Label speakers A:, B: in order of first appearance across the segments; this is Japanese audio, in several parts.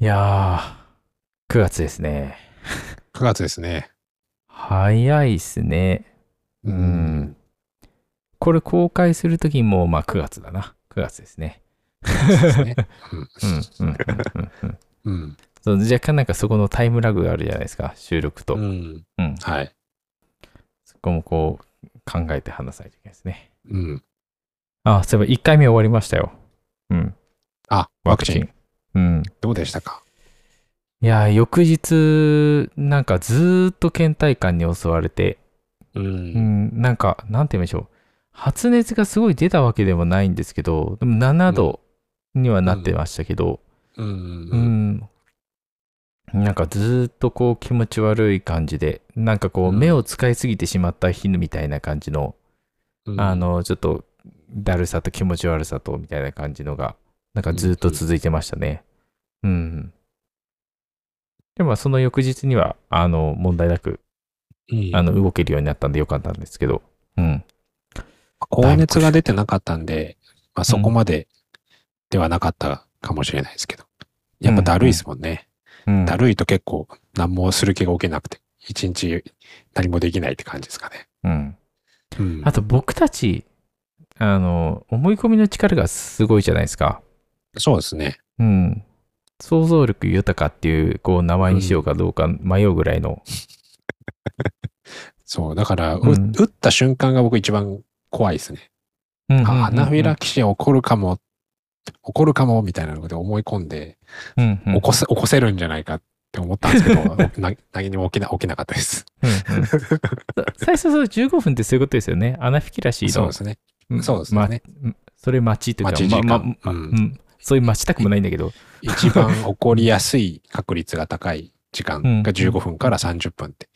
A: いやー、9月ですね。
B: 9月ですね。
A: 早いっすね。
B: う
A: うん。これ公開するときも、まあ9月だな。9月ですね。
B: ですね。
A: うん、うん、うんうん、うん。
B: うん。
A: そう若干なんかそこのタイムラグがあるじゃないですか、収録と。
B: うん。
A: うん。
B: はい。
A: そこもこう、考えて話さないといけないですね。
B: うん。
A: あ、そういえば1回目終わりましたよ。うん。
B: あ、ワクチン。。
A: うん。
B: どうでしたか
A: いやー、翌日、なんかずーっと倦怠感に襲われて、
B: う。
A: うんん、なんか、なんて言うんでしょう。発熱がすごい出たわけでもないんですけど、でも7度にはなってましたけど、
B: う。
A: うんん、なんかずーっとこう気持ち悪い感じで、なんかこう
B: うん
A: 目を使いすぎてしまった日みたいな感じの、
B: うん
A: あ、の、ちょっとだるさと気持ち悪さとみたいな感じのが、なんかずーっと続いてましたね。うん。でもまあその翌日には、あの、問題なく、
B: うん
A: あの、動けるようになったんでよかったんですけど、うん。
B: 高熱が出てなかったんで、まあ、そこまでではなかったかもしれないですけど。やっぱだるいですもんね。
A: うん
B: だるいと結構何もする気が起きなくて、一日何もできないって感じですかね。
A: うん、
B: うん。
A: あと僕たちあの思い込みの力がすごいじゃないですか、
B: そうですね。
A: うん、想像力豊かっていうこう名前にしようかどうか迷うぐらいの、
B: そう。だから、う
A: うん
B: 打った瞬間が僕一番怖いですね。
A: うん
B: あアナフィラ
A: ラ
B: キシー起こるかも、起こるかもみたいなので思い込んで、起こせ、起こせるんじゃないかって思ったんですけど、 な何にも起きな、起きなかったです。
A: 最初その15分ってそういうことですよねアナフィラシー
B: そう
A: の
B: ですね。
A: うん
B: そうですね。
A: まそれ待ちというか
B: 待ち時間
A: まあまあ
B: うん
A: うんそういう待ちたくもないんだけど、
B: 一番起こりやすい確率が高い時間
A: うん
B: が15分から30分って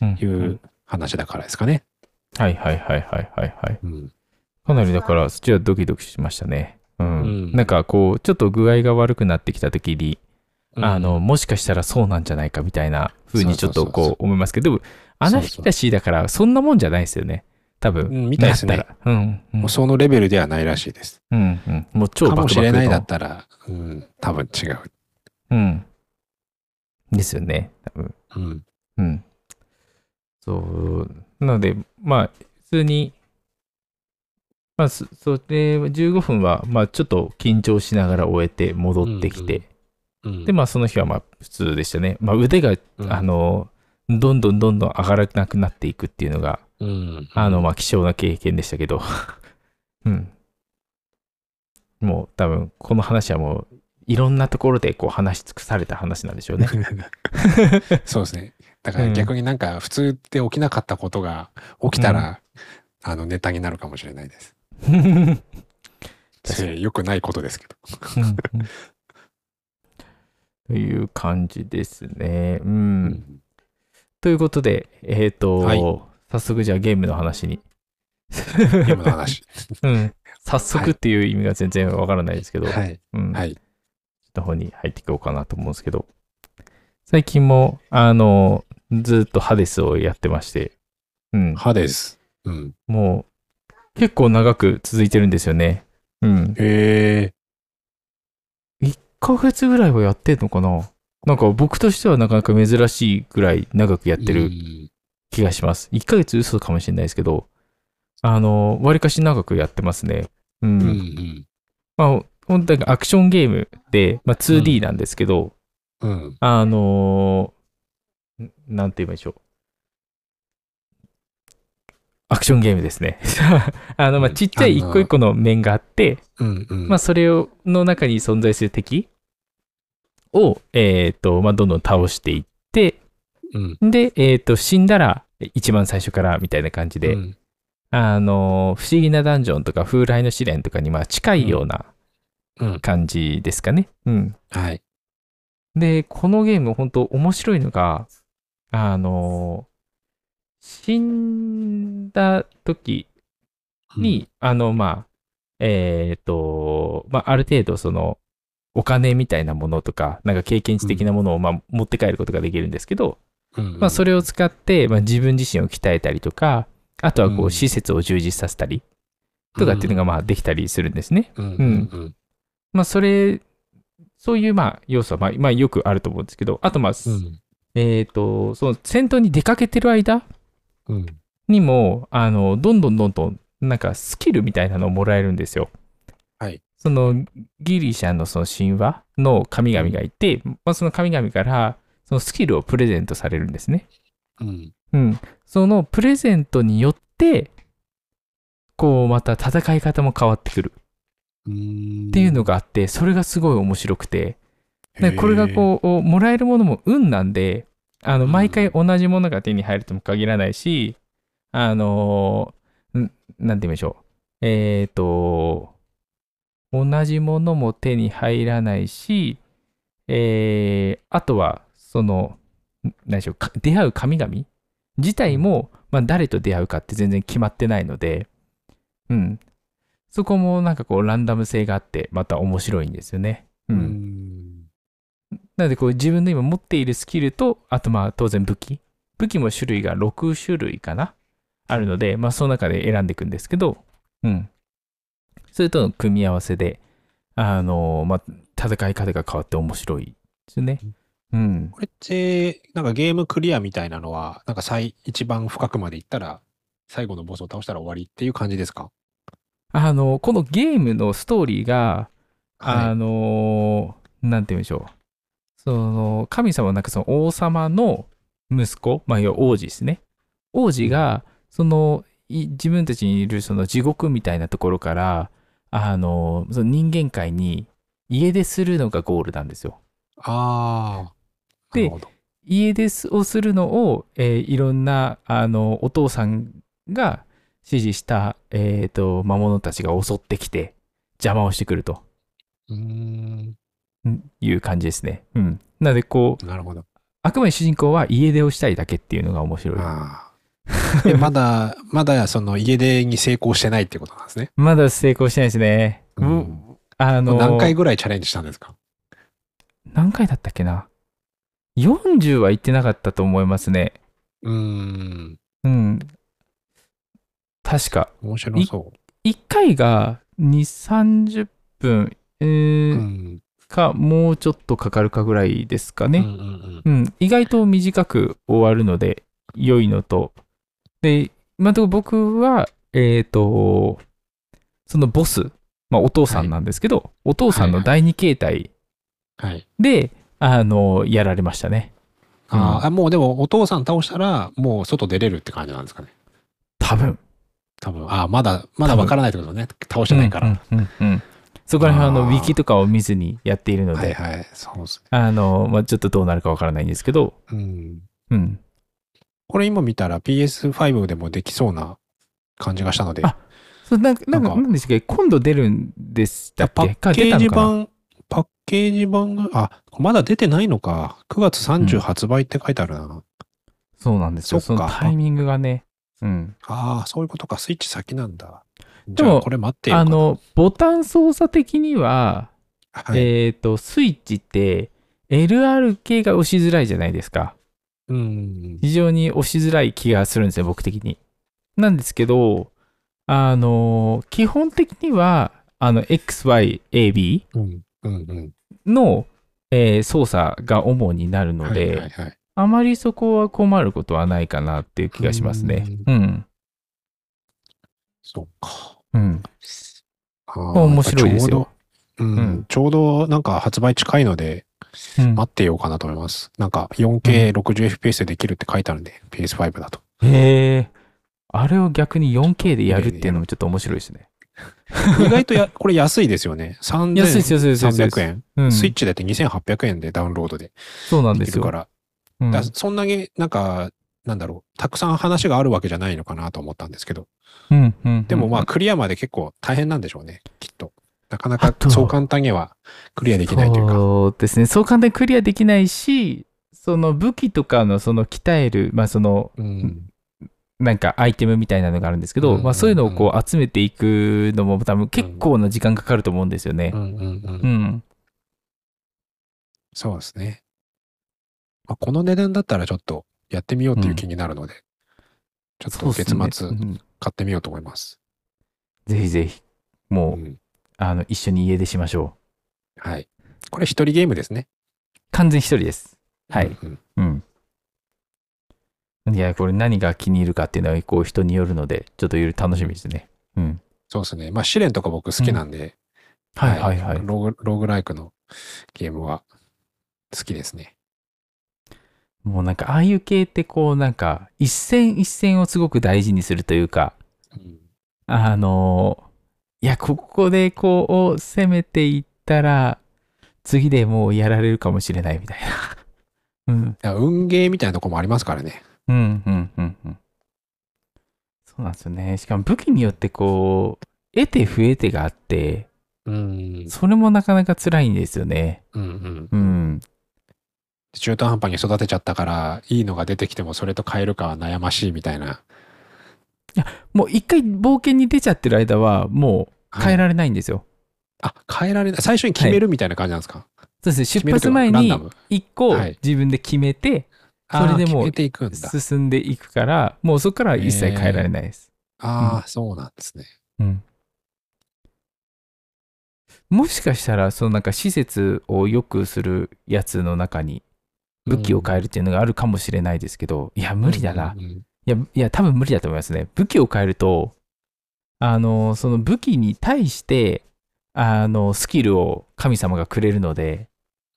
A: うん
B: いう話だからですかね。
A: はいはいはいはいはいはい
B: うん。
A: かなりだからそっちはドキドキしましたねうん、
B: うん
A: なんかこうちょっと具合が悪くなってきた時にあの、もしかしたらそうなんじゃないかみたいな風にちょっと
B: そうそう
A: こ
B: そう
A: う思いますけど、でも、アナフィラシーだから、そんなもんじゃないですよね。多
B: う
A: 分。
B: ん、みたいです
A: なっ
B: ね。
A: たら。うん。うん
B: もうそのレベルではないらしいです。
A: うんうんもう超バク
B: か
A: バ
B: も
A: ク
B: しれないだ
A: だ
B: っ
A: と
B: たら、うん、多分違う。
A: うん。ですよね。多分。
B: うん。
A: うん。そう。なので、まあ、普通に、まあ、そそれ15分は、まあ、ちょっと緊張しながら終えて戻ってきて、
B: うんうん
A: で、まあ、その日は、まあ、普通でしたね。まあ、腕が
B: うん
A: あ、の、どんどんどんどん上がらなくなっていくっていうのが、
B: うん、
A: あの、まあ、貴重な経験でしたけど、 うん。もう、多分、この話はもう、いろんなところで、こう、話し尽くされた話なんでしょうね。
B: そうですね。だから逆になんか普通で起きなかったことが起きたら、あのネタになるかもしれないです。
A: うん
B: それ良くないことですけど。
A: という感じですね。う。
B: うんん
A: ということで、えっ、と、
B: はい
A: 早速、じゃあゲームの話に。
B: 今の話。
A: うん。早速っていう意味が全然わからないですけど、
B: はい。
A: うん
B: はい。
A: の方に入っていこうかなと思うんですけど、最近も、あの、ずっとハデスをやってまして、うん、
B: 歯です。うん。
A: もう、結構長く続いてるんですよね。うん。
B: へえ。
A: 1ヶ月ぐらいはやってんのかななんか僕としてはなかなか珍しいぐらい長くやって
B: う
A: る
B: ん
A: 気がします。1ヶ月嘘かもしれないですけど、あの、割かし長くやってますね。うん。
B: うんうん。
A: まあ、本当にアクションゲームで、まあ、2D なんですけど、
B: うん。
A: あのーんなんて言えばいいんでしょう。アクションゲームですね。 あの、まあ、
B: うん
A: ちっちゃい一個一個の面があって、
B: うんうん。
A: まあ、それを、の中に存在する敵を、えっ、と、まあ、どんどん倒していって、
B: うん。
A: で、えっ、と、死んだら、一番最初から、みたいな感じで、
B: うん
A: あのー不思議なダンジョンとか、風来の試練とかに、まあ、近いような
B: うん
A: 感じですかね。うん。
B: はい。
A: で、このゲーム、本当面白いのが、あの、死んだ時に、あの、まあ、えっ、と、まあ、ある程度、その、お金みたいなものとか、なんか経験値的なものを、まあ、持って帰ることができるんですけど、
B: うん、うん
A: まあ、それを使って、まあ、自分自身を鍛えたりとか、あとは、こ
B: う
A: う、
B: ん
A: 施設を充実させたりとかっていうのが、まあ、できたりするんですね。
B: うんうんうん
A: まあ、それ、そういう、まあ、要素は、まあ、まあ、よくあると思うんですけど、あと、まあ、
B: うん。
A: えっ、と、その戦闘に出かけてる間
B: うん。
A: にも、あの、どんどんどんどん、なんかスキルみたいなのをもらえるんですよ。
B: はい。
A: そのギリシャのその神話の神々がいて、まあ、その神々からそのスキルをプレゼントされるんですね。
B: うん。
A: うん。そのプレゼントによって、こうまた戦い方も変わってくる
B: うん
A: っていうのがあって、それがすごい面白くて、でこれが
B: う
A: こうもらえるものも運なんであの
B: うん
A: 毎回同じものが手に入るとも限らないし、あのんなんて言いましょうえっ、と同じものも手に入らないし、えーあとはそのん何でしょうか出会う神々自体も、まあ、誰と出会うかって全然決まってないので、うん、そこもなんかこうランダム性があってまた面白いんですよね。
B: へー。
A: うんなのでこう自分の今持っているスキルと、あとまあ当然武器。武器も種類が6種類かなあるので、まあその中で選んでいくんですけど、うん。それとの組み合わせで、あのまあ戦い方が変わって面白いですね。うん。
B: これって、なんかゲームクリアみたいなのは、なんか最、一番深くまで行ったら、最後のボスを倒したら終わりっていう感じですか
A: あのこのゲームのストーリーが、あ
B: い。
A: のなんて言うんでしょう。その、神様はなんかその王様の息子、まあ、要は王子ですね。王子が、その、い自分たちにいるその地獄みたいなところから、あのその人間界に家出するのがゴールなんですよ。
B: ああ。
A: で
B: なるほど。
A: 家出をするのを、えーいろんなあのお父さんが指示した、えー、と魔物たちが襲ってきて邪魔をしてくると
B: うーん。
A: んいう感じですね。うん、なのでこう
B: なるほど。
A: あくまで主人公は家出をしたいだけっていうのが面白い。
B: ああ。えまだ、 まだその家出に成功してないってことなんですね。
A: まだ成功してないですね。う
B: うん
A: あの
B: 何回ぐらいチャレンジしたんですか
A: 何回だったっけな ?40 は行ってなかったと思いますね。
B: うーん。
A: うん。確か。
B: 面白そ
A: 1回が2、30分、え
B: う。う
A: ー
B: ん。
A: か、もうちょっとかかるかぐらいですかね。
B: うんうん
A: うん、意外と短く終わるので、良いのと。で、今のところ僕は、えっ、と、そのボス、まあ、お父さんなんですけど、お父さんの第二形態
B: うん。はい。
A: で、あの、やられましたね。
B: あーあ、もうでもお父さん倒したら、もう外出れるって感じなんですかね。
A: 多分。
B: 多分。ああ、まだ、まだわからないってことね。倒してないから。
A: うんうんうんうんそこら辺は、あ
B: あ
A: の、
B: ー
A: ウィキとかを見ずにやっているので、
B: はいはい。そうですね。
A: あの、まあ、ちょっとどうなるかわからないんですけど、
B: うん。
A: うん。
B: これ今見たら PS5 でもできそうな感じがしたので。
A: あそうなんか、なんか、
B: なんか
A: なんでしたっけ今度出るんでしたっ
B: パ
A: け
B: ッ
A: か出
B: ケ
A: た
B: ー
A: の
B: ジ
A: かな
B: 版、パッケージ版が、あ、まだ出てないのか。9月30発売って書いてあるな。
A: そうなんですよ。そ
B: そっか
A: のタイミングがね、うん。
B: ああ、そういうことか。スイッチ先なんだ。
A: で
B: じ
A: も
B: ゃあ、これ待ってよう
A: あ
B: かな、
A: のボタン操作的には、
B: はい、
A: えっ、とスイッチって LR 系が押しづらいじゃないですか
B: うん。
A: 非常に押しづらい気がするんですよ僕的になんですけどあの基本的にはあの XYAB
B: うん。うん。うん。
A: の、えー操作が主になるので、
B: はいはいはい。
A: あまりそこは困ることはないかなっていう気がしますねうん
B: そうか。
A: うん
B: あー
A: 面白いですよ。
B: ちょうど、うん
A: うん
B: ちょうどなんか発売近いので、
A: うん
B: 待ってようかなと思います。なんか 4K60fps でできるって書いてあるんで、PS5 だと。
A: へえあれを逆に 4K でやるっていうのもちょっと面白いですね
B: 意外とや、これ安いですよね。
A: 安いですよ、
B: 3300
A: 安いです安いです
B: 円。
A: うん
B: スイッチだって2800円でダウンロードで
A: そうなん
B: で
A: で
B: き
A: すよ。
B: るから。
A: うん
B: だそんなになんか、なんだろう、たくさん話があるわけじゃないのかなと思ったんですけど、
A: うんうん
B: でもま
A: う
B: あ
A: ん
B: クリアまで結構大変なんでしょうね、きっと。なかな
A: あ
B: か
A: と
B: そう簡単にはクリアできないというか。
A: そうですね。そう簡単にクリアできないし、その武器とかのその鍛える、まあその
B: うん。
A: なんかアイテムみたいなのがあるんですけど、
B: うんうんうん
A: まあそういうのをこう集めていくのも多分結構な時間かかると思うんですよね
B: う。んうんうん
A: う。ん。
B: そうですね。まあ、この値段だったらちょっとやってみようっていう気になるので、ち
A: そ
B: ょ
A: うっ
B: っ
A: す
B: と月
A: ね
B: 末
A: うん
B: 買ってみようと思います。
A: ぜひぜひ、もう、
B: うん
A: あの、一緒に家出しましょ
B: はい。
A: う。
B: これ一人ゲームですね。
A: 完全一人です。はい
B: うんうん
A: うん。いや、これ何が気に入るかっていうのは、こう人によるので、ちょっとより楽しみですね。うん。
B: そうですね。まあ、試練とか僕好きなんで、
A: はいはいはい。
B: ローグ。ローグライクのゲームは好きですね。
A: もうなんか、ああいう系ってこう、なんか、一戦一戦をすごく大事にするというか、
B: うん
A: あのいや、ここでこう、攻めていったら、次でもうやられるかもしれないみ たいな。うん。
B: いや運ゲーみたいなとこもありますからね。
A: うんうんうんうん。そうなんですよね。しかも武器によってこう、得手不得手があって、
B: うん。
A: それもなかなか辛いんですよね。
B: うんうん
A: う。ん。
B: 中途半端に育てちゃったから、いいのが出てきてもそれと変えるかは悩ましいみたいな。
A: もう一回冒険に出ちゃってる間は、もう変え
B: れ
A: られないんですよ。
B: あ、変えられない。最初に決めるみたいな感じなんですか、
A: そうですね。
B: 決
A: 出
B: める
A: 発
B: というか
A: 前
B: ランダ
A: に
B: ム
A: 一個
B: はい
A: 自分で決めて
B: あー
A: それでもう
B: 決めていくんだ。
A: 進んでいくから、もうそこからは一切変えられないです。
B: ああ、そうなんですね。
A: うん。もしかしたら、そのなんか施設を良くするやつの中に武器を変えるっていうのがあるかもしれないですけど、いや、無理だな。
B: うんうんうん
A: いや、いや、多分無理だと思いますね。武器を変えると、あの、その武器に対して、あの、スキルを神様がくれるので、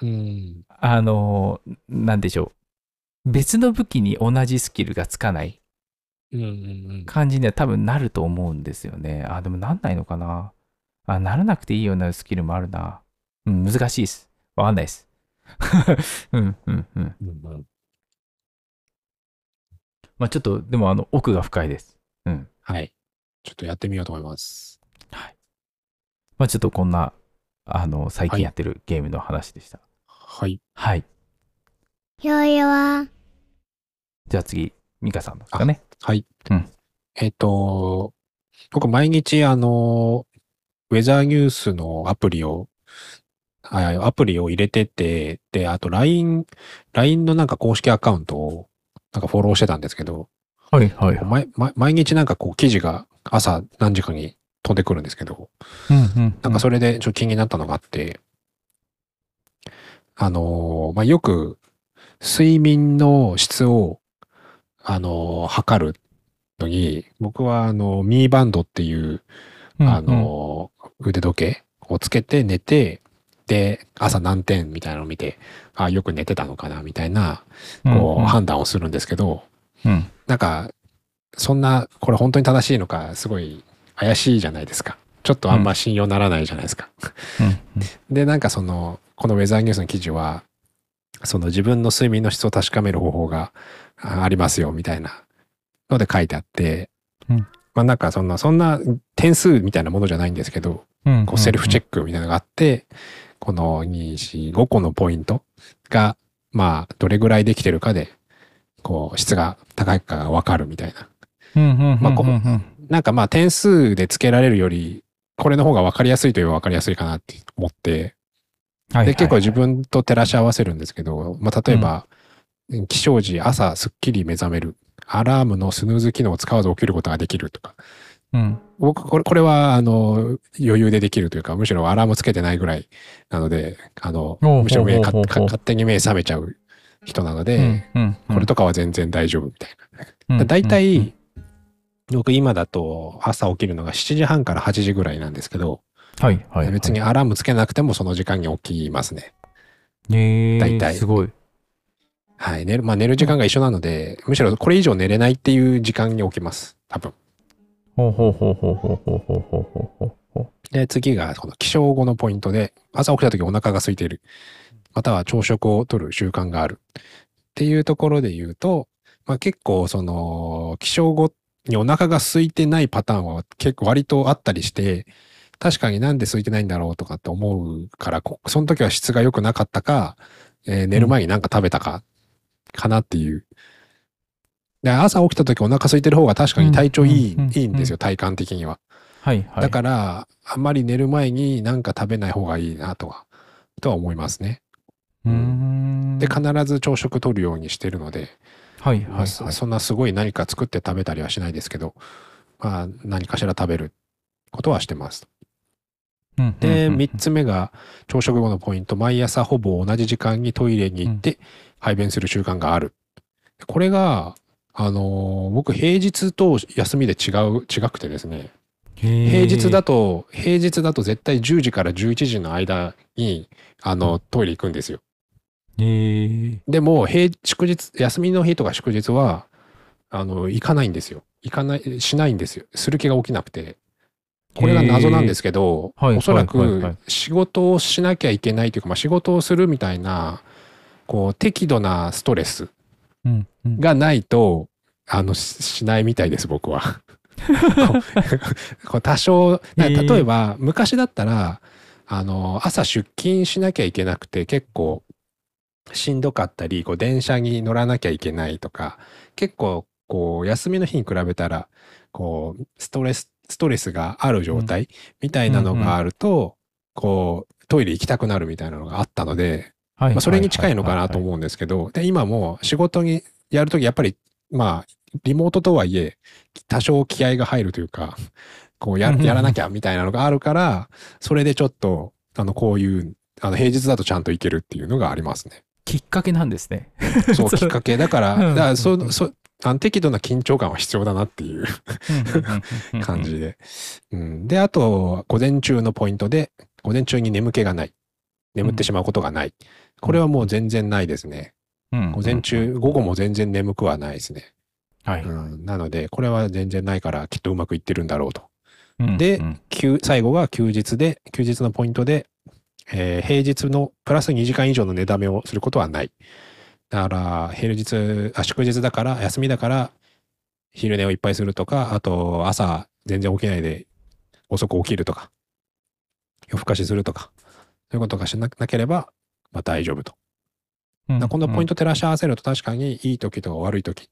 B: うん。
A: あの、なんでしょう。別の武器に同じスキルがつかない
B: うんうん
A: 感じには多分なると思うんですよね。あ、でもなんないのかな。あ、ならなくていいようなスキルもあるな。うん、難しいです。わかんないです。 うん、うん、うん。
B: うんうんうん
A: まあちょっと、でもあの、奥が深いです。
B: はい。ちょっとやってみようと思います。
A: まあちょっとこんな、あの、最
B: はい
A: 近やってるゲームの話でした。
B: はい。
A: はい。
C: よいよわ。
A: じゃあ次、ミカさんですかね。
B: はい。
A: うん
B: えっ、と、僕毎日あの、ウェザーニュースのアプリを、はいアプリを入れてて、で、あと LINE、LINE のなんか公式アカウントをなんかフォローしてたんですけど、
A: はい、はいい。
B: 毎毎毎日なんかこう記事が朝何時かに飛んでくるんですけど、
A: うん、うん。
B: なんかそれでちょっと気になったのがあって、あのーまあ、よく睡眠の質を、あのー測るのに、僕はあの、ミーバンドっていう、
A: うん、
B: あのー腕時計をつけて寝て、で、朝何点みたいなのを見て、あよく寝てたのかな、みたいな、
A: うん、
B: こ
A: う
B: う、
A: ん
B: 判断をするんですけど、
A: うん
B: なんか、そんな、これ本当に正しいのか、すごい怪しいじゃないですか。ちょっとあんま信用ならないじゃないですか。で、なんかその、このウェザーニュースの記事は、その自分の睡眠の質を確かめる方法があありますよ、みたいなので書いてあって、
A: うん
B: まあなんかそんな、そんな点数みたいなものじゃないんですけど、
A: うん、うん。
B: こうセルフチェ
A: ッ
B: ックみたいなのがあって、この2、4、5個のポイントが、まあ、どれぐらいできてるかで、こう、質が高いかがわかるみたいな。
A: ク。うん、うん、うん。
B: まあこう
A: うんうん
B: なんかまあ、点数でつけられるより、これの方がわかりやすいといえばわかりやすいかなって思って、
A: はい
B: で、結構自、分と照らし合わせるんですけど、まあ、例えば、起床時、朝すっきり目覚める、アラームのスヌーズ機能を使わず起きることができるとか、
A: はいはいうん。
B: 僕、これ、これは、あの、余裕でできるというか、むしろアラームつけてないぐらいなので、あの、
A: おう
B: むしろ目か
A: ほうほうほう
B: か勝手に目覚めちゃう人なので、
A: うん、
B: これとかは全然大丈夫みたい
A: うん、う
B: な。
A: ん
B: だいた、い、僕今だと朝起きるのが7時半から8時ぐらいなんですけど、
A: はい、はい。
B: 別にアラームつけなくてもその時間に起きますね。
A: えー、
B: 大体
A: すごい。
B: はい、寝る、まあ寝る時間が一緒なので、むしろこれ以上寝れないっていう時間に起きます。多分。
A: ほうほうほうほうほうほうほうほうほうほうほ
B: で、次が、この起床後のポイントで、朝起きた時お腹が空いている。または朝食をとる習慣がある。っていうところで言うと、まあ結構、その、起床後にお腹が空いてないパターンは結構割とあったりして、確かになんで空いてないんだろうとかって思うから、こその時は質が良くなかったか、えー寝る前になんか食べたか、かなっていう。で朝起きた時お腹空いてる方が確かに体調いい、
A: うんうんうん
B: いいんですよ、体感的には。
A: はい、はい。
B: だから、あんまり寝る前になんか食べない方がいいなとは、とは思いますね。
A: うーん。
B: で、必ず朝食取るようにしてるので、
A: はい、
B: まあ
A: はい、はい。
B: そそんなすごい何か作って食べたりはしないですけど、まあ、何かしら食べることはしてます。
A: うん
B: で、
A: うんうんうん
B: 3つ目が朝食後のポイント、毎朝ほぼ同じ時間にトイレに行って排便する習慣がある。これが、あのー僕平日と休みで違う、違くてですね、平
A: 平
B: 日だ
A: と。
B: と、平日だと絶対10時から11時の間に、あの、トイレ行くんですよ。
A: へー
B: でも、平、祝日、休みの日とか祝日は、あの、行かないんですよ。行かない、しないんですよ。する気が起きなくて。これが謎なんですけど、
A: へーはい
B: おそ
A: は
B: ら
A: いはいは
B: く
A: い
B: 仕事をしなきゃいけないというか、まあ、仕事をするみたいな、こう、適度なストレス
A: うんうん
B: がないと、あの、ししないみたいです、僕は。こう 多少、な
A: へー
B: 例えば、昔だったら、あの、朝出勤しなきゃいけなくて、結構、しんどかったり、こう、電車に乗らなきゃいけないとか、結構、こう、休みの日に比べたら、こう、ストレス、ストレスがある状態みたいなのがあると、こう、トイレ行きたくなるみたいなのがあったので、
A: はい
B: まあ、それに近いのかなと思うんですけど、で、今も仕事にやるとき、やっぱり、まあ、リモートとはいえ、多少気合が入るというか、こうや
A: うんうんうん
B: やらなきゃみたいなのがあるから、それでちょっと、あの、こういう、あの、平日だとちゃんといけるっていうのがあります ね。
A: きっかけなんですね。
B: そう、
A: そう
B: きっかけ。だから、
A: うんうんう
B: だ
A: ん
B: からそ、そ、あの適度な緊張感は必要だなっていう感
A: 感
B: じで。うん、で、あと、午前中のポイントで、午前中に眠気がない。眠ってしまうことがない。これはもう全然ないですね。午前中、午後も全然眠くはないですね。。
A: はいう
B: ん、なので、これは全然ないから、きっとうまくいってるんだろうと。
A: うん
B: で
A: うん
B: 休最後は休日で、休日のポイントで、えー平日のプラス2時間以上の寝だめをすることはない。だから、平日、あ祝日だから、休みだから、昼寝をいっぱいするとか、あと、朝、全然起きないで、遅く起きるとか、夜更かしするとか、そういうことがしななければ、まあ大丈夫と。
A: うん
B: このポイント照らし合わせると確かにいい時と悪い時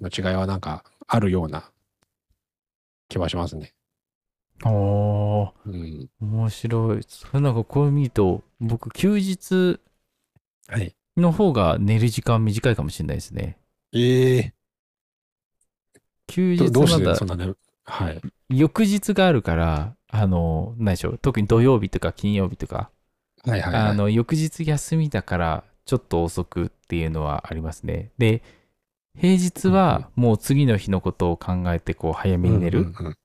B: の違いはなんかあるような気はしますね。
A: うんおー
B: うん。
A: 面白い。それなんかこう見ると、僕、休日
B: はい。
A: の方が寝る時間短いかもしれないですね。
B: ええ
A: 休日
B: どどうして
A: まだ
B: そんなね。はい。
A: 翌日があるから、あの、何でしょう、特に土曜日とか金曜日とか、
B: はいはい、
A: あの、翌日休みだから、ちょっと遅くっていうのはありますね。で、平日はもう次の日のことを考えて、こう、早めに寝る。
B: うんうんうん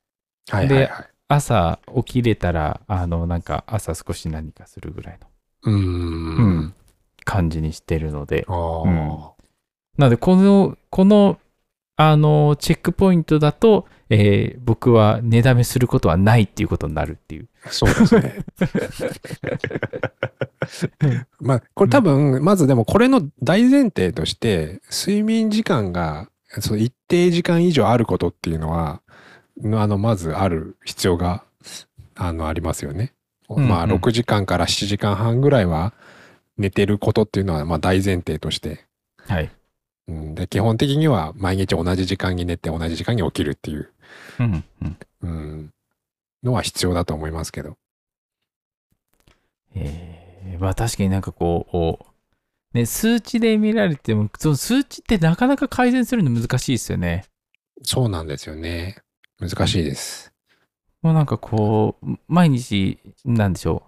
B: はいはいはい。
A: 朝起きれたら、あの、なんか朝少し何かするぐらいの
B: うーん。
A: 感じにしてるので、
B: ああ。
A: なので、この、この、あの、チェックポイントだと、えー僕は寝だめすることはないっていうことになるっていう。
B: そうですね。 まあ、これ多分、まずでもこれの大前提として、睡眠時間が、その一定時間以上あることっていうのは、あの、まずある必要が、あの、ありますよね。
A: んうん
B: まあ、6時間から7時間半ぐらいは寝てることっていうのは、まあ、大前提として、
A: はい。
B: うん、で基本的には毎日同じ時間に寝て同じ時間に起きるっていう、
A: うん、うん。
B: うん、のは必要だと思いますけど。
A: えーまあ確かになんかこうこう、ね、数値で見られても、その数値ってなかなか改善するの難しいですよね。
B: そうなんですよね。難しいです。
A: もうなんかこう、毎日、なんでしょ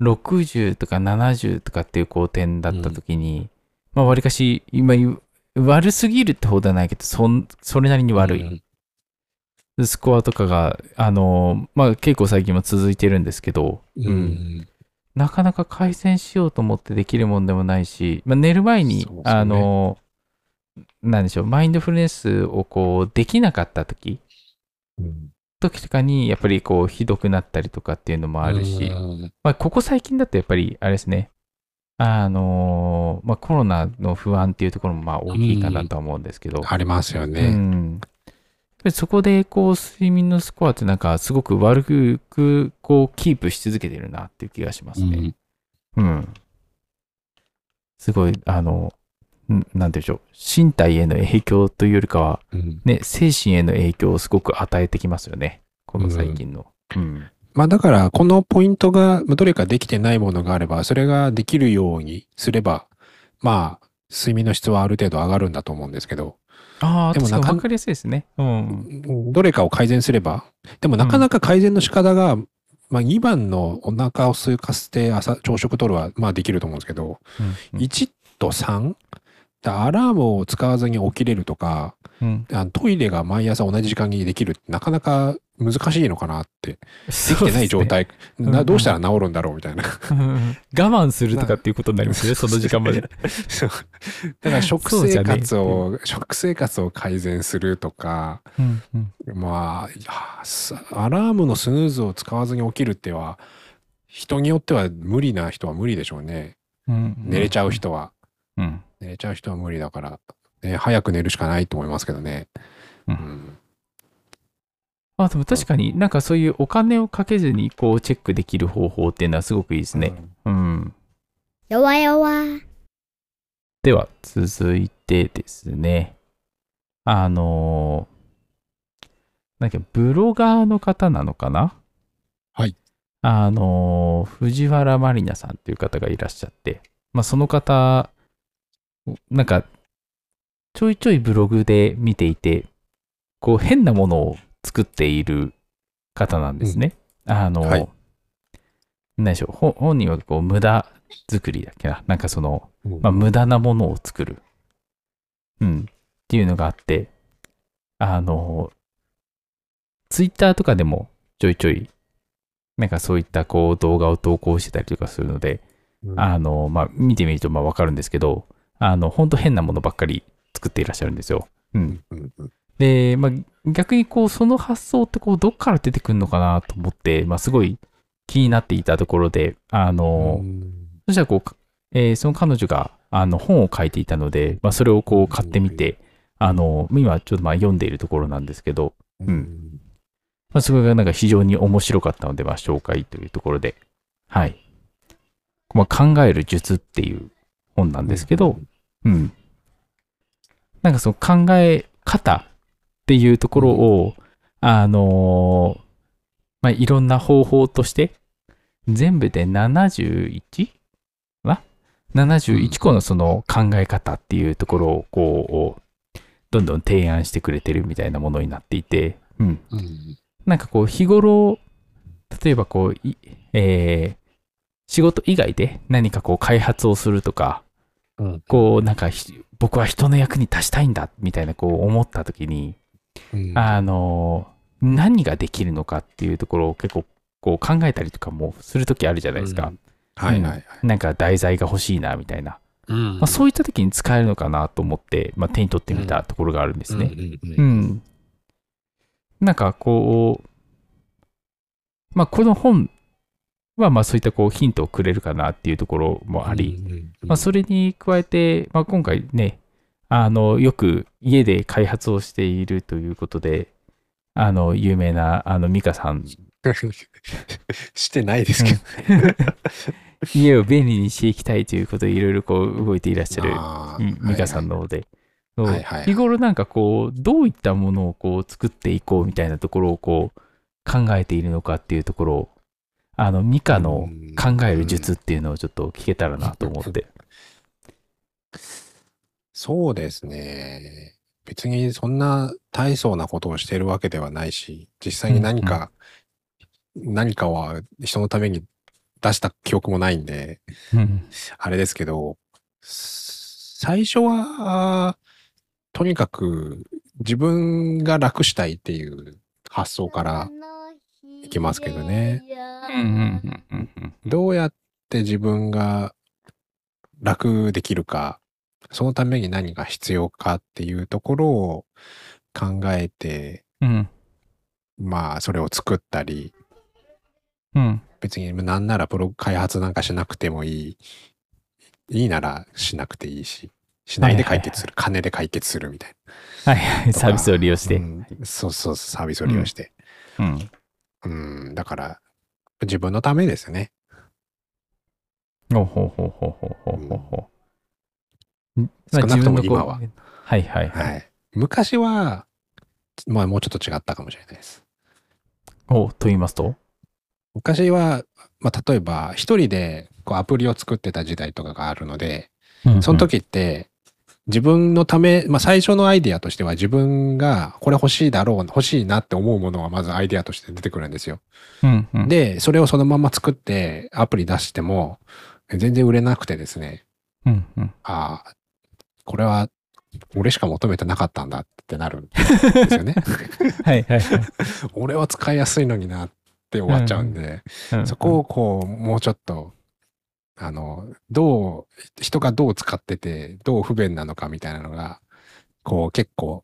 A: う、60とか70とかっていうこう点だった時に、まあわりかし、今言う、悪すぎるってほどはないけど、そんそれなりに悪い。
B: い。
A: スコアとかが、あの、まあ結構最近も続いてるんですけど、
B: うん。
A: なかなか改善しようと思ってできるもんでもないし、まあ、寝る前に、
B: そうですね
A: あの、なんでしょう、マインドフルネスをこう、できなかった時、
B: うん
A: 時とかに、やっぱりこう、ひどくなったりとかっていうのもあるし、
B: うん
A: まあ、ここ最近だとやっぱり、あれですね、あの、まあ、コロナの不安っていうところも、まあ、大きいかなとは思うんですけど、
B: ありますよ
A: う
B: ね。
A: ん。やっぱりそこで、こう、睡眠のスコアってなんか、すごく悪く、こう、キープし続けてるなっていう気がしますね。うん。すごい、あの、んなんて言うんでしょう。身体への影響というよりかは、
B: うん
A: ね、精神への影響をすごく与えてきますよね。この最近の。うん。
B: まあだから、このポイントが、まあどれかできてないものがあれば、それができるようにすれば、まあ、睡眠の質はある程度上がるんだと思うんですけど、
A: ああ、
B: で
A: で
B: も
A: も
B: な
A: 確
B: か
A: かに分かりやすいですね。うん。
B: どれかを改善すれば、でもなかなか改善の仕方が、まあ、2番のお腹を空かせて朝朝食取るはまあできると思うんですけど、
A: うん
B: 1と3でアラームを使わずに起きれるとか
A: うん
B: あのトイレが毎朝同じ時間にできるってなかなか難しいのかなって
A: で
B: できてない状。態、
A: ねうんう
B: なんどうしたら治るんだろうみたいな
A: そうですね我慢するとかっていうことになりますね、その時間まで。
B: そうだから食
A: そうじゃ
B: 生
A: ね
B: 活を、食生活を改善するとかまあいやすアラームのスヌーズを使わずに起きるっては人によっては無理な人は無理でしょうね寝れちゃう人は、
A: うん。
B: 寝れちゃう人は無理だから、ね、早く寝るしかないと思いますけどね、
A: うん
B: ん
A: あ、でも確かになんかそういうお金をかけずにこうチェックできる方法っていうのはすごくいいですね。うん。
C: よわよわ。
A: では、続いてですね。あのーなんかブロガーの方なのかな
B: はい。
A: あのー藤原まりなさんという方がいらっしゃって、まあ、その方、なんか、ちょいちょいブログで見ていて、こう、変なものを作っている方なんですね。あのー
B: はい
A: 何でしょう、ほ本人はこう、無駄作りだっけな。なんかその、
B: うん
A: まあ、無駄なものを作る。うん。っていうのがあって、あの、ツイッターとかでもちょいちょい、なんかそういったこう動画を投稿してたりとかするので、
B: うん
A: あの、まあ、見てみるとまあわかるんですけど、あの、ほんと変なものばっかり作っていらっしゃるんですよ。うん。
B: うんうん
A: で、まあ、逆にこう、その発想ってこう、どっから出てくるのかなと思って、まあ、すごい気になっていたところで、あの、そしたらこうか、えーその彼女があの本を書いていたので、まあ、それをこう買ってみて、あの今ちょっとまあ読んでいるところなんですけど、
B: うん
A: うんまあ、それがなんか非常に面白かったので、まあ、紹介というところで、はい。まあ、考える術っていう本なんですけど、うん。なんかその考え方っていうところを、あのーまあ、いろんな方法として、全部で 71? は71個のその考え方っていうところをこう、どんどん提案してくれてるみたいなものになっていて、うん。
B: うん
A: なんかこう日頃、例えばこう、いえー仕事以外で何かこう開発をするとか、
B: うん
A: こうなんかひ僕は人の役に立ちたいんだみたいなこう思った時に、
B: うん
A: あのー何ができるのかっていうところを結構こう考えたりとかもする時あるじゃないですか。
B: はいはいはい、
A: なんか題材が欲しいなみたいな。
B: うん
A: まあ、そういった時に使えるのかなと思って、まあ、手に取ってみたところがあるんですね。
B: うんうん
A: う
B: うん
A: ん。なんかこう、まあこの本はまあそういったこうヒントをくれるかなっていうところもあり、
B: うんうんうん
A: まあそれに加えて、まあ今回ね、あの、よく家で開発をしているということで、あの、有名な、あの、ミカさん、
B: してないですけど
A: 家を便利にしていきたいということで、いろいろこう動いていらっしゃる
B: あ
A: う
B: ー
A: んミカさんの方で、そう
B: はいはい
A: 日頃なんかこうどういったものをこう作っていこうみたいなところをこう考えているのかっていうところをあのミカの考える術っていうのをちょっと聞けたらなと思って、
B: そうですね。別にそんな大層なことをしてるわけではないし、実際に何か、何かは人のために出した記憶もないんで、
A: うん
B: あれですけど、s- 最初は、とにかく自分が楽したいっていう発想から、
C: い
B: きますけどね。
A: うんうんうん
B: どうやって自分が楽できるか、そのために何が必要かっていうところを考えて、
A: うん
B: まあ、それを作ったり、
A: うん
B: 別になんならプロ開発なんかしなくてもいい。いいならしなくていいし、しないで解決する、金で解決するみたい
A: はいはいサービスを利用して、
B: な。うんそうそう、サービスを利用して。
A: うん
B: うん、だから、自分のためですね。
A: ほうほうほうほうほうほうほうほうんまあ
B: 少なくとも
A: 自分の
B: 今は
A: こうはいはいはい、
B: はい。昔は、まあ、もうちょっと違ったかもしれないです。
A: おと言いますと
B: 昔は、まあ、例えば、一人でこうアプリを作ってた時代とかがあるので、その時って、自分のため、まあ、最初のアイディアとしては自分がこれ欲しいだろう、欲しいなって思うものがまずアイディアとして出てくるんですよ。
A: うんうん
B: で、それをそのまま作ってアプリ出しても全然売れなくてですね、
A: うんうん
B: ああ、これは俺しか求めてなかったんだってなるんです よね。
A: はいはいはい。
B: 俺は使いやすいのになって終わっちゃうんで、
A: うん
B: そこをこう、もうちょっと、あの、どう、人がどう使ってて、どう不便なのかみたいなのが、こう結構、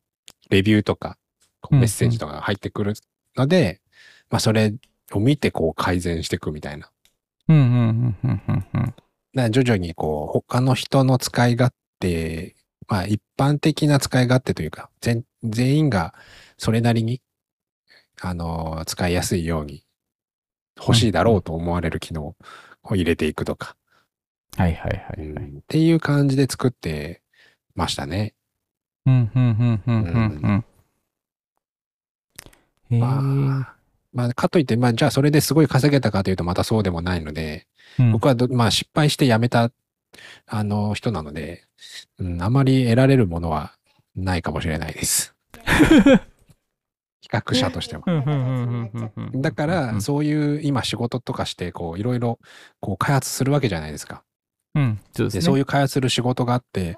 B: レビューとか、こう
A: うん
B: メッセージとかが入ってくるので、まあそれを見てこう改善していくみたいな。だか
A: うんうんうんうんうんうん
B: ら徐々にこう、他の人の使い勝手、まあ一般的な使い勝手というか、全全員がそれなりに、あの、使いやすいように、欲しいだろうと思われる機能を入れていくとか、
A: はいはいはいはい。
B: っていう感じで作ってましたね。
A: うんうんうんうんうんうん。へえ。
B: まあ、まあ、かといって、まあ、じゃあそれですごい稼げたかというとまたそうでもないので、
A: うん
B: 僕はど、まあ、失敗して辞めた、あの、人なので、うん、あまり得られるものはないかもしれないです。企画者としては。
A: うんうんうんうんうんうん
B: だか
A: うん
B: ら、そういう今仕事とかして、こう、いろいろ、こう、開発するわけじゃないですか。
A: うん、そうです
B: で、
A: ね。
B: そういう開発する仕事があって、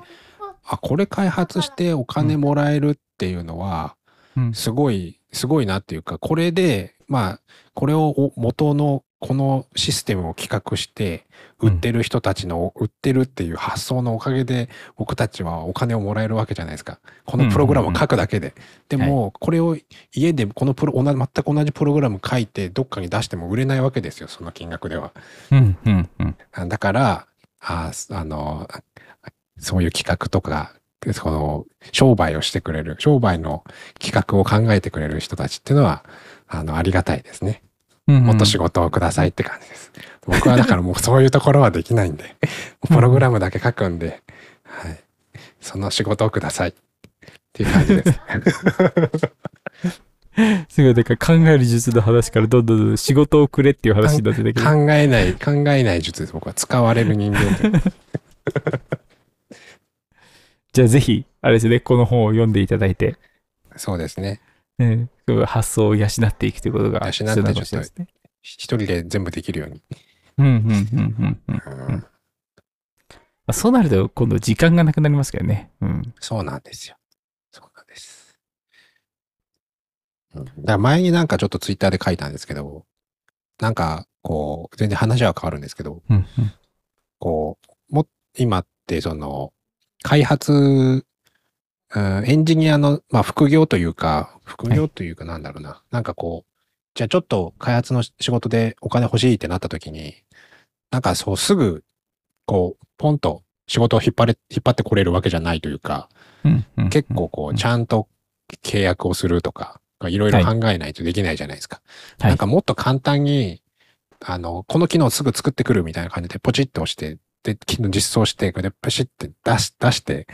B: あ、これ開発してお金もらえるっていうのは、
A: うん
B: すごい、すごいなっていうか、これで、まあ、これをお元のこのシステムを企画して、売ってる人たちの、売ってるっていう発想のおかげで、僕たちはお金をもらえるわけじゃないですか。このプログラムを書くだけで。でも、これを家でこのプロ、同じ全く同じプログラム書いて、どっかに出しても売れないわけですよ、その金額では。
A: うんうんうん
B: あだから、あすあの、そういう企画とか、その、商売をしてくれる、商売の企画を考えてくれる人たちっていうのは、あの、ありがたいですね。
A: うんうん。
B: もっと仕事をくださいって感じです。僕はだからもうそういうところはできないんで、プログラムだけ書くんで、はい。その仕事をくださいっていう感じ です。
A: すごい、だから考える術の話からどんどんどんどん仕事をくれっていう話になってたけど。
B: 考えない、考えない術です。僕は使われる人間というか
A: じゃあぜひ、あれですね、この本を読んでいただいて、
B: そうですね。
A: うん、すごい発想を養っていくということが
B: 養って
A: 必要なのかもしれないですね。
B: 一人で全部できるように。
A: うんうんうんうんうん。ま
B: うん
A: あそうなると、今度時間がなくなりますけどね。うん。
B: そうなんですよ。そうなんです。うんだから前になんかちょっとツイッターで書いたんですけど、なんかこう、全然話は変わるんですけど、
A: うん
B: こう、も、今ってその、開発、うんエンジニアの、まあ、副業というか、副業というかなんだろうな、なんかこう、じゃあちょっと開発の仕事でお金欲しいってなった時に、なんかそうすぐ、こう、ポンと仕事を引っ張れ、引っ張ってこれるわけじゃないというか、
A: うんうん。
B: 結構こ
A: う
B: う、
A: ん
B: ちゃんと契約をするとか、いろいろ考えないとできないじゃないですか。
A: はい
B: なんかもっと簡単に、あの、この機能すぐ作ってくるみたいな感じで、ポチッと押して、で、機能実装して、で、パシッて出し、出して、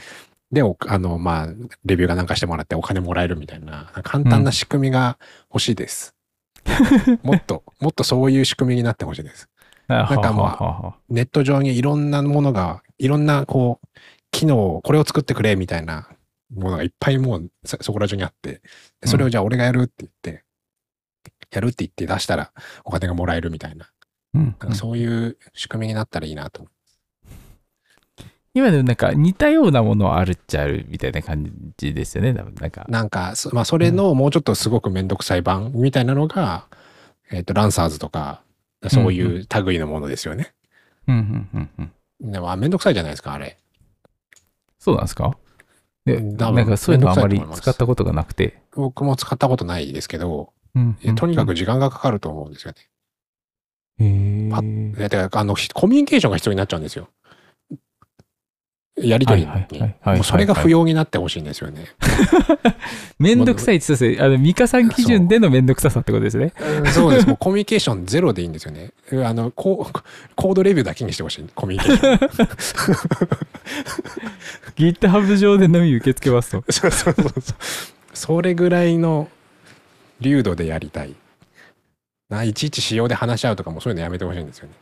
B: で、おあの、まあ、レビューがなんかしてもらってお金もらえるみたいな、簡単な仕組みが欲しいです。 もっと、もっとそういう仕組みになってほしいです。
A: なん
B: なんかもうネット上にいろんなものが、いろんなこう、機能を、これを作ってくれみたいなものがいっぱいもうそそこら中にあって、でそれをじゃあ俺がやるって言って、やるって言って出したらお金がもらえるみたいな、
A: うん
B: なんかそういう仕組みになったらいいなと。
A: 今でもなんか似たようなものはあるっちゃあるみたいな感じですよね、多分なんか。
B: なんか、そまあそれのもうちょっとすごくめんどくさい版みたいなのが、えっ、と、ランサーズとか、そういう類のものですよね。
A: うんうんうんうん。
B: でも、あめんどくさいじゃないですか、あれ。
A: そうなんですかで
B: うん多
A: な
B: 分
A: んかそういうのあんま
B: めん
A: り
B: どくさいと思います
A: 使ったことがなくて。
B: 僕も使ったことないですけど、
A: うん
B: えとにかく時間がかかると思うんですよね。
A: へー
B: パいやだからあのひコミュニケーションが必要になっちゃうんですよ。やりとりに。
A: はいはいはいはい
B: もうそれが不要になってほしいんですよね。
A: めんどくさいって言ってたんですよあの、ミカさん基準でのめんどくささってことですね。
B: うんそうです。もうコミュニケーションゼロでいいんですよね。あのココードレビューだけにしてほしい。コミュニケーション。
A: GitHub 上でのみ受け付けますと。
B: そうそうそうそう。それぐらいの流度でやりたい。ないちいち仕様で話し合うとかもうそういうのやめてほしいんですよね。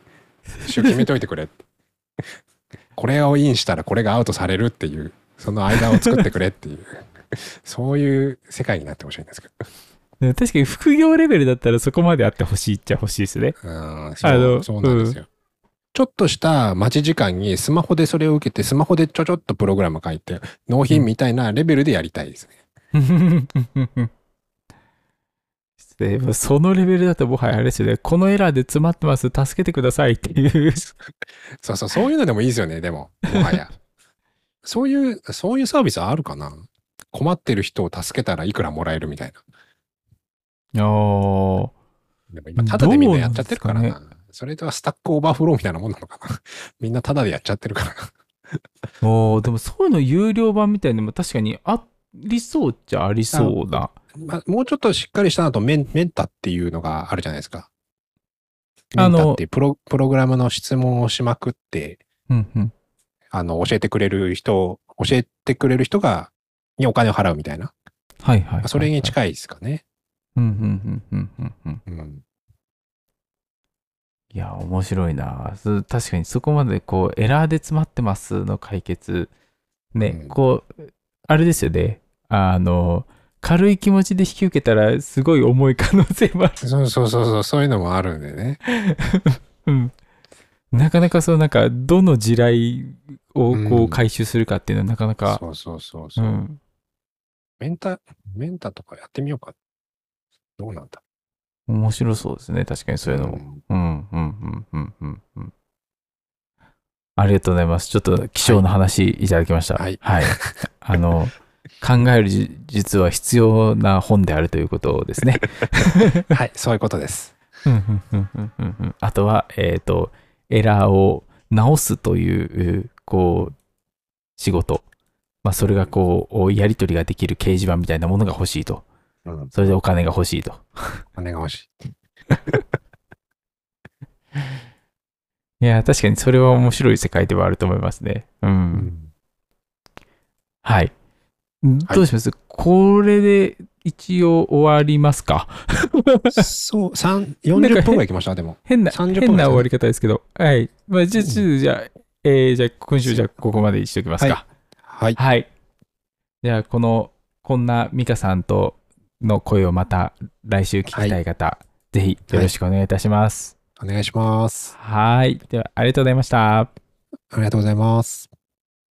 B: 一緒決めといてくれって。これをインしたらこれがアウトされるっていうその間を作ってくれっていう、そういう世界になってほしいんですけど。
A: ね確かに副業レベルだったらそこまであってほしいっちゃほしいですね。
B: うん、
A: あ
B: そう
A: の
B: そうなんですよ。ちょっとした待ち時間にスマホでそれを受けて、スマホでちょちょっとプログラム書いて、納品みたいなレベルでやりたいですね。
A: でもそのレベルだともはやあれですよね。このエラーで詰まってます。助けてくださいっていう。
B: そうそう、そういうのでもいいですよね、 でも、もはや。そういう、そういうサービスあるかな困ってる人を助けたらいくらもらえるみたい な。
A: ああ。
B: でも今、ただでみんなやっちゃってるから
A: ど
B: な。
A: うな
B: それとはスタックオーバーフローみたいなもんなのかな。 みんなただでやっちゃってるからな。
A: おーでもそういうの有料版みたいなのも確かにありそうっちゃありそうだ。
B: まあ、もうちょっとしっかりしたのだとメン、メンタっていうのがあるじゃないですか。メ
A: あ
B: ン
A: の
B: タっていうプロプログラムの質問をしまくって、
A: うんうん。
B: あの、教えてくれる人、教えてくれる人が、にお金を払うみたいな。
A: はいはいはいはい。
B: それに近いですかね。
A: うんうんうんうんうんうん。
B: うん。
A: いや、面白いな。そう確かにそこまでこう、エラーで詰まってますの解決。ね、
B: うん
A: こう、あれですよね。あの、軽い気持ちで引き受けたら、すごい重い可能性もある。
B: そうそうそうそう、そういうのもあるんでね。
A: うん。なかなかそう、なんか、どの地雷をこ
B: うん
A: う回収するかっていうのは、なかなか、
B: そうそうそう
A: う
B: そう、
A: ん。
B: メンタ、メンタとかやってみようか。どうなんだ
A: 面白そうですね。確かにそういうのも。
B: ん
A: うん、うん、うん、うん、うんうん。ありがとうございます。ちょっと気象の話いただきました。
B: はい
A: はい。あの、考えるじ実は必要な本であるということです ね。
B: はい、そういうことです。
A: うんうんうんうんうんうんあとは、えっ、と、エラーを直すという、こう、仕事。まあ、それがこう、やり取りができる掲示板みたいなものが欲しいと。
B: うん。お
A: それでお金が欲しいと。
B: 金が欲しい。
A: いや、確かにそれは面白い世界ではあると思いますね。うんはい。どうします、これで一応終わりますか
B: そう、三40分ぐらい行きました、でも。
A: 変な、
B: 30分
A: 変な終わり方ですけど。はい。まあ、じゃあ、ちょっとじゃあ、えーじゃあ今週じゃあここまでにしておきますか。
B: はい。
A: はい。じゃあ、この、こんな美香さんとの声をまた来週聞きたい方、ぜひよろしくお願いいたします。
B: お願いします。
A: はい。では、ありがとうございました。
B: ありがとうございます。